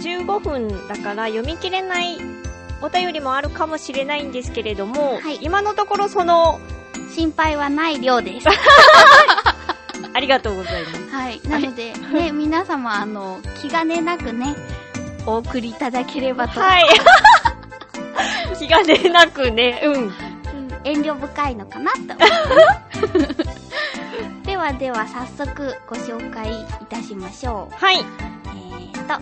15分だから読み切れないお便りもあるかもしれないんですけれども、はい今のところその、心配はない量 です。ありがとうございます。はい。なので、 ね、皆様、あの、気兼ねなくね、お送りいただければと。はい。気が出なくね、うん。うん遠慮深いのかなと思い ます。ではでは早速ご紹介いたしましょう。はい。えーと、は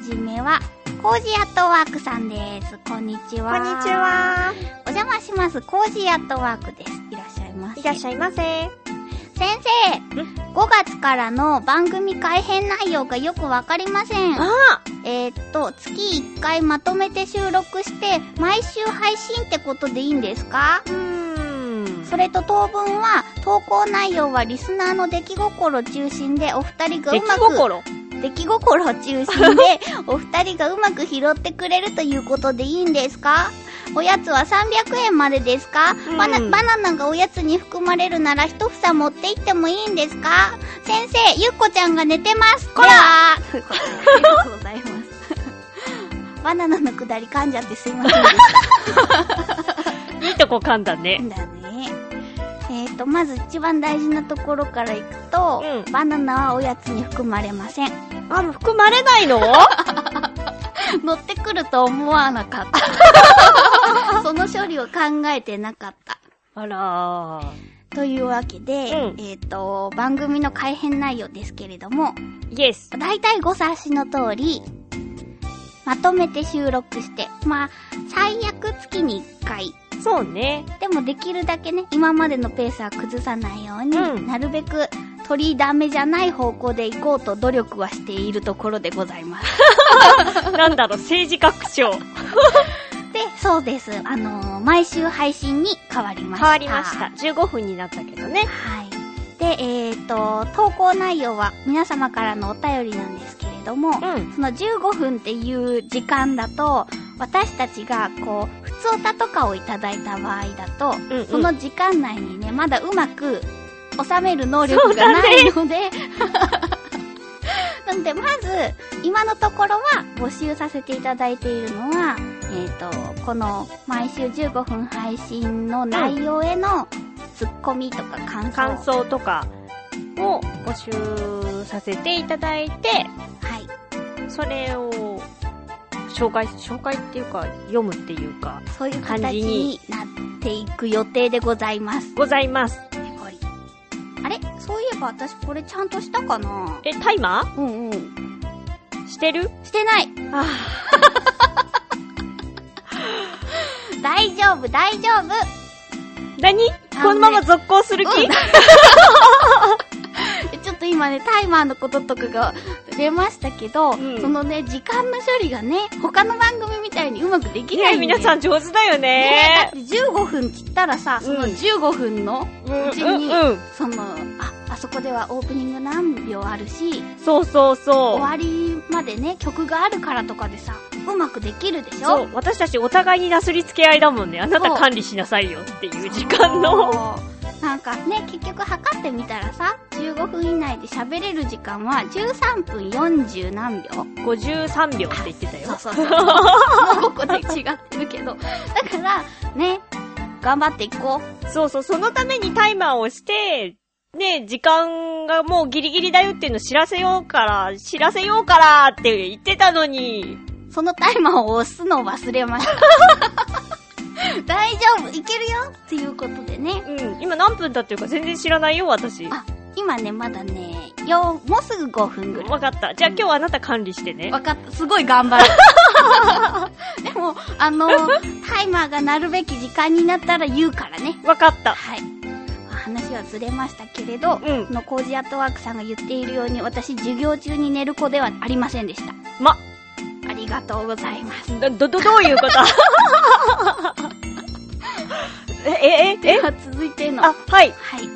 じめは、コージアットワークさんです。こんにちこは。んにち。は。お邪魔します。コージアットワークです。いらっしゃいませ。いらっしゃいませ。先生ん !5 月からの番組改編内容がよくわかりません。あえーっと、月1回まとめて収録して、毎週配信ってことでいいんですかうーん。それと当分は、投稿内容はリスナーの出来心中心で、お二人がう出ま来く、心。出来心中心で、 お二人がうまく拾ってくれるということでいいんですかおやつは300円までですか、うんバナバナナがおやつに含まれるなら一房持って行ってもいいんですか先生、ゆっこちゃんが寝てますこらーということでありがとうございます。 バナナのくだり噛んじゃってすいませんでしたいいとこ噛んだね。だね。えーと、まず一番大事なところからいくと、うんバナナはおやつに含まれません。あ、もう含まれないの乗ってくると思わなか った。その処理を考えてなかった。 あらー。というわけで、うんえーと、番組の改編内容ですけれども、イエス。大体ご察しの通り、まとめて収録して、まあ、最悪月に1回そうね。でもできるだけね、今までのペースは崩さないように、うんなるべく取りだめじゃない方向で行こうと努力はしているところでございます。なんだろう、政治学賞。で、そうです。あのー毎週配信に変わりまし変た。わりました。。15分になったけどね。はい。で、えっ、と、投稿内容は皆様からのお便りなんですけれども、うん。その15分っていう時間だと、私たちがこう、普通歌とかをいただいた場合だと、うん、うん。その時間内にね、まだうまく収める能力がないので、 なので、まず、今のところは募集させていただいているのは、えっ、と、この毎週15分配信の内容へのツッコミとか感想。感想とかを募集させていただいて、はい。それを紹介、紹介っていうか、読むっていうか、そういう感形にじになっていく予定でございます。ございます。はい。あれそういえば私これちゃんとしたかなえ、タイマうんうん。ーしてるしてないあ 大丈夫、大丈夫ー何このまま続行する気、うんちょっと今ね、タイマーのこととかが出ましたけど、んそのね、時間の処理がね、他の番組みたいにうまくできいなや、いん皆さんん上手だよねね。え、だって15分切ったらさ、そのうん15分の、うん、うちにうん、うん。その、あ、あそこではオープニング何秒あるし、そうそうそう終。わりまでね、曲があるからとかでさ、うまくできるでしょそう、私たちお互いになすりつけ合いだもんね。あなた管理しなさいよっていう時間の。そう。なんかね、結局測ってみたらさ、15分以内で喋れる時間は13分40何秒。 53秒って言ってたよそう。そうそう。もうここで違ってるけど。だから、ね、頑張っていこそうそう、そのためにタイマーをして、ね、時間がもうギリギリだよっていうの知らせようから、知らせようからって言ってたのに、う。そのタイマーを押すのを忘れました。 大丈夫、いけるよっていうことでね。うん、今何分だっていうか全然知らないよ、私。あ今ね、まだね、よもうすぐ5分ぐらい。わかった。じゃあ今日あなた管理してね。わかった。すごい頑張る。 でも、あの、タイマーが鳴るべき時間になったら言うからね。わかった。はい。まあ話はずれましたけれど、うんこのコージアットワークさんが言っているように、私、授業中に寝る子ではありませんでした。ま、ありがとうございます。ど、ど、どういうこと え、え、え、 えでは、続いての、はあ、はい。い、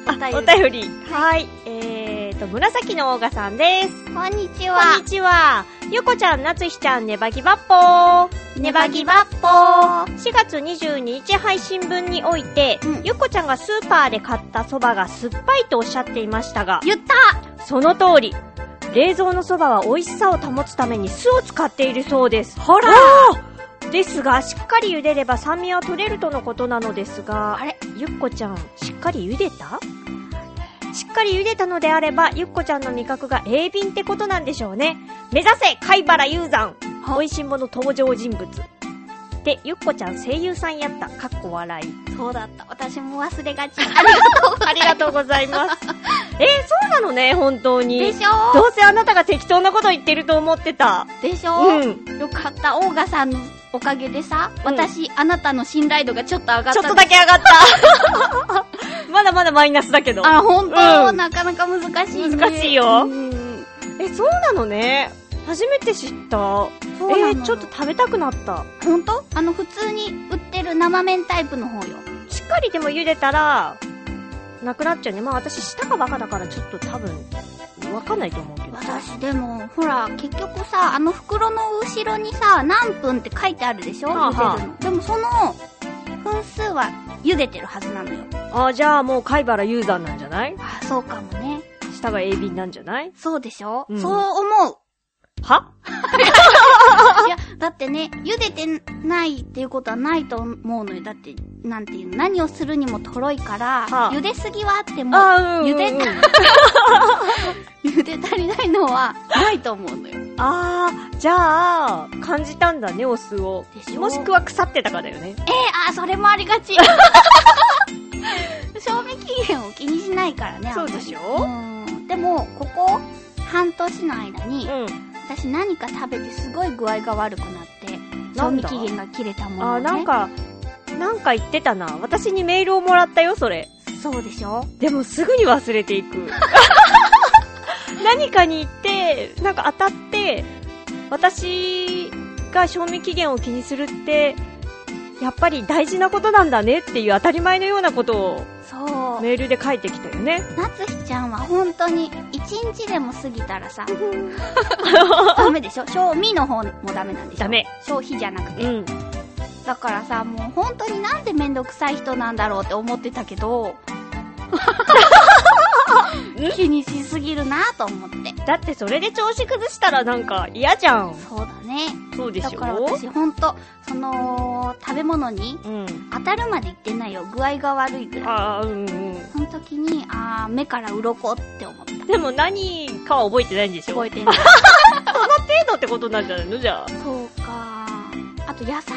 あ、おお便り。便り。はい。えーと、紫のオーガさんです。こんにちこんはに。ちは。ゆこちゃん、なつひちゃん、ねばぎばっぽー。ネバギバッポー。 4月22日配信分において、うんゆこちゃんがスーパーで買ったそばが酸っぱいとおっしゃっていましたが、言ったその通り。冷蔵のそばは美味しさを保つために酢を使っているそうです。ほらですが、しっかり茹でれば酸味は取れるとのことなのですが、あれゆっこちゃん、しっかり茹でたしっかり茹でたのであれば、ゆっこちゃんの味覚が鋭敏ってことなんでしょうね。目指せ貝原雄山は美味しんぼの登場人物。で、ゆっこちゃん声優さんやった。かっこ笑い。そうだった。私も忘れがち。ありがとうございます。えーそうなのね、本当に。でしょどうせあなたが適当なこと言ってると思ってた。でしうょん。よかった。オーガさんのおかげでさ、うん私、あなたの信頼度がちょっと上がった。ちょっとだけ上がった。 まだまだマイナスだけど。あ、ほんと、うんなかなか難しいね。難しいうよんえ、そうなのね。初めて知った。そうなのえーちょっと食べたくなった。ほんとあの、普通に売ってる生麺タイプの方よ。しっかりでも茹でたら、なくなっちゃうね。まあ私、舌がバカだからちょっと多分、わかんないと思うけど。私、でも、ほら、結局さ、あの袋の後ろにさ、何分って書いてあるでしょはあはあ茹でるの。でも、その、分数は茹でてるはずなのよ。あ、じゃあもう貝原雄山なんじゃないあ、そうかもね。舌が鋭敏なんじゃないそうでしょ、うんそう思う。はいや、だってね、茹でてないっていうことはないと思うのよ。だって、なんていうの、何をするにもとろいから、はあ茹ですぎはあっても、あー、うんうんうん。茹で た茹で足りないのは、ないと思うのよ。あー、じゃあ、感じたんだね、お酢を。でしょもしくは腐ってたかだよね。えー、あー、それもありが ち。賞味期限を気にしないからね、そうでしょあんまりうん。でも、ここ、半年の間に、う私何か食べてすごい具合が悪くなって、賞なん味だ期限が切れたもん。の、あ、ね。なん。か、なんか言ってたな。私にメールをもらったよ、それ。そうでしょでもすぐに忘れてい く。何かに行って、なんか当たって、私が賞味期限を気にするって、やっぱり大事なことなんだねっていう当たり前のようなことをそう。メールで書いてきたよね。なつひちゃんは本当に、一日でも過ぎたら さ、ダメでしょ賞味の方もダメなんでしょダ。メ。消費じゃなくて。うん。だからさ、もう本当になんでめんどくさい人なんだろうって思ってたけど、気にしすぎるなと思って。だってそれで調子崩したらなんか嫌じゃん。そうだね。そうでだしょから私本当、その、食べ物にうん。当たるまでいってないよ。具合が悪いぐらい。ああ、うんうん。その時に、あー、目から鱗って思った。でも何かは覚えてないんでしょ覚えてない。程度ってことなんじゃないのじゃあ。そうか。あと野菜がさ、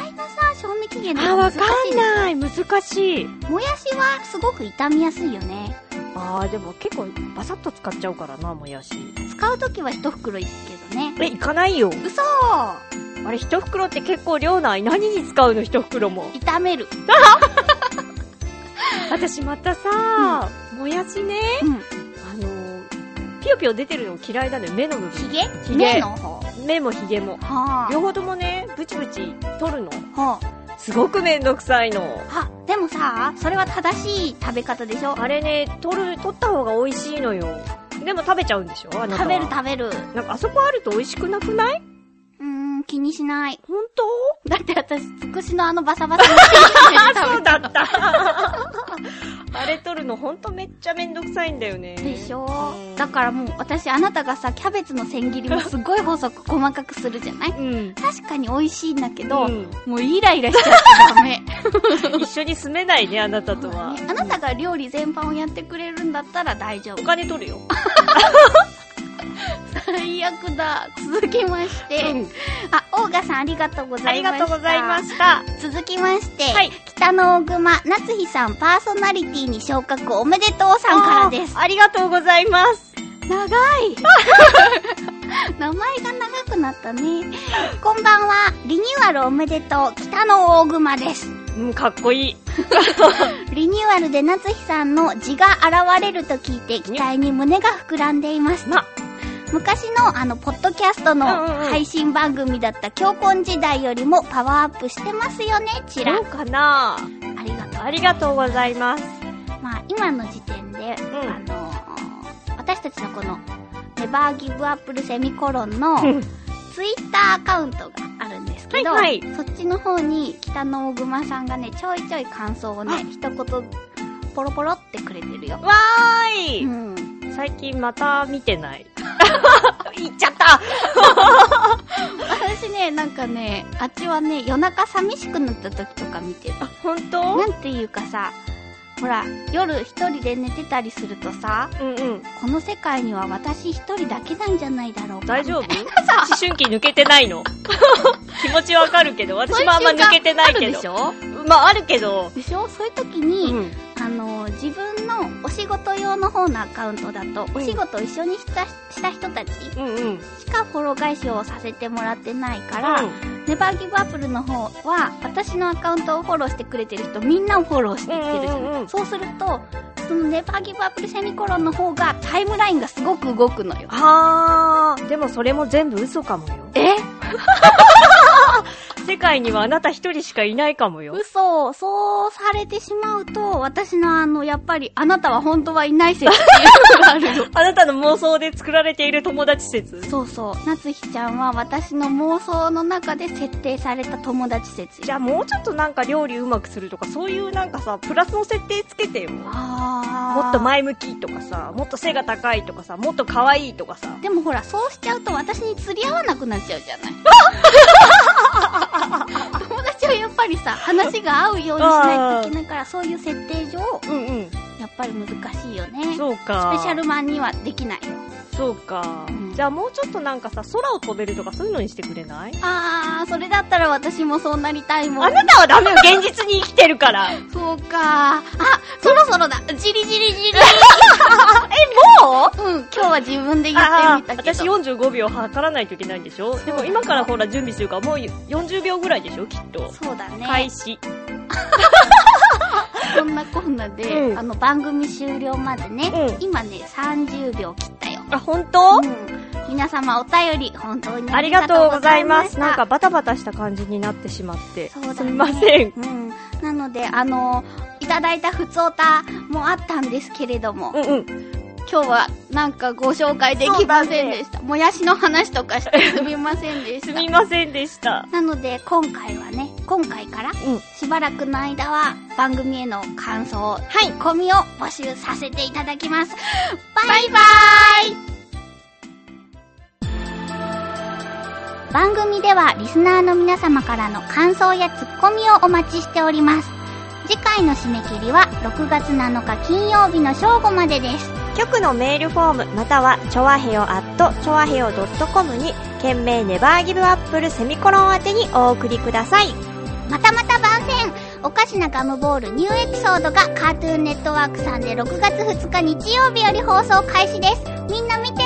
賞味期限とあ、か難わしかいでしんょない。難しい。もやしはすごく傷みやすいよね。ああ、でも結構バサッと使っちゃうからな、もやし。使うときは一袋いくけどね。え、いかないよ。嘘あれ、一袋って結構量ない。何に使うの、一袋も。炒める。私またさ、もやしね、うん。あのー、ピヨピヨ出てるの嫌いだね、目の部ひ分。げひげ目の方。目もヒゲも。は両方ともね、ブチブチ取るの。あ。はすごくめんどくさいの。あ。あ、でもさ、それは正しい食べ方でしょあれね、取る、取った方が美味しいのよ。でも食べちゃうんでしょあな食たはべる食べる。なんかあそこあると美味しくなくないうーん、気にしない。本当だって私、つくしのあのバサバサ の生地で食べたそうだ った。あれ取るのほんとめっちゃめんどくさいんだよね。でしょうんだからもう私あなたがさキャベツの千切りもすごい細く細かくするじゃないうん。確かに美味しいんだけど、うんもうイライラしちゃってダメ一緒に住めないね、あなたとは。あなたが料理全般をやってくれるんだったら大丈お夫金取るよ。最悪だ続きまして、うんあオーガさんありがとうござあいりましたがとうございました。続きまして、はい北の大熊夏日さんパーソナリティに昇格おめでとうさんからですあーありがとうございます。長い 名前が長くなったね。こんばんは、リニューアルおめでとう、北の大熊です。うん、かっこいい。リニューアルで夏日さんの字が現れると聞いて、期待に胸が膨らんでいます。ま、昔のあの、ポッドキャストのうんうんうん配信番組だった教根時代よりもパワーアップしてますよね、ちら。どうかなありがとありがとうございます。う。まあ、今の時点で、んあのー私たちのこの、ネバーギブアップルセミコロンの、ツイッターアカウントがあるんですけど、はいはそっちの方に北の大熊さんがね、ちょいちょい感想をあね、一言ポロポロってくれてるよ。わーうい、ん。最近また見てない。言っちゃった私ね、なんかね、あっちはね、夜中寂しくなった時とか見てる。本当なんていうかさ、ほら、夜一人で寝てたりするとさ、うんうん。この世界には私一人だけなんじゃないだろうか。大丈夫 思春期抜けてないの気持ちわかるけど、私もあんま抜けてないそうけう瞬間あるどでし。ょまあ、あるけど。でしょそういう時に、あの自分のお仕事用の方のアカウントだと、んお仕事を一緒にしたした人たちしうんうん。かフォロー返しをさせてもらってないから、ネバーギブアップルの方は私のアカウントをフォローしてくれてる人みんなをフォローしてきてるじゃない、うんうんうんそうするとそのネバーギブアップルセミコロンの方がタイムラインがすごく動くのよあー、でもそれも全部嘘かもよ。え世界にはあなた一人しかいないかもよ。嘘そうされてしまうと私のあのやっぱりあなたは本当はいない 説っていうのがあるよあなたの妄想で作られている友達説。そうそう。夏日ちゃんは私の妄想の中で設定された友達説。じゃあもうちょっとなんか料理うまくするとか、そういうなんかさ、プラスの設定つけてよ。もあっと。前向きとかさ、もっと背が高いとかさ、もっと可愛いとかさ。でもほら、そうしちゃうと私に釣り合わなくなっちゃうじゃ ない。友達はやっぱりさ、話が合うようにしないといけないから、そういう設定上、うんうん。やっぱり難しいよね。スペそうか。シャルマンにはできないよ。そうかうん。じゃあもうちょっとなんかさ、空を飛べるとかそういうのにしてくれないあー、それだったら私もそうなりたいもあん。なたはダメよ、現実に生きてるから。そうかあ、そろそろだじりじりじり もううん、今日は自分で言っああてみたけど。私45秒測らないといけないんでしょでも今からほら準備するからもう40秒ぐらいでしょきっと。そうだね。開始。そんなこんなで、うんあの番組終了までね、うん今ね、30秒切ったよ。あ、本当うん皆様お便り、本当にありがとうございます。あなんりがかバタバタした感じになってしまって。とうごすざいみまましたそうだねせん。うん。なので、あの、いただいたふつおたもあったんですけれども、うんうん。今日はなんかご紹介できませんでした。もやしの話とかしてすみませんでし すたみ。ませんでした。なので、今回はね、今回から、うん。しばらくの間は番組への感想、はい、込みを募集させていただきます。バイバイ番組ではリスナーの皆様からの感想やツッコミをお待ちしております。次回の締め切りは6月7日金曜日の正午までです。局のメールフォームまたはチョアヘヨアットチョアヘヨ .com に件名ネバーギブアップルセミコロン宛てにお送りくださいまたまた番宣おかしなガムボールニューエピソードがカートゥーンネットワークさんで6月2日日曜日より放送開始ですみんな見てね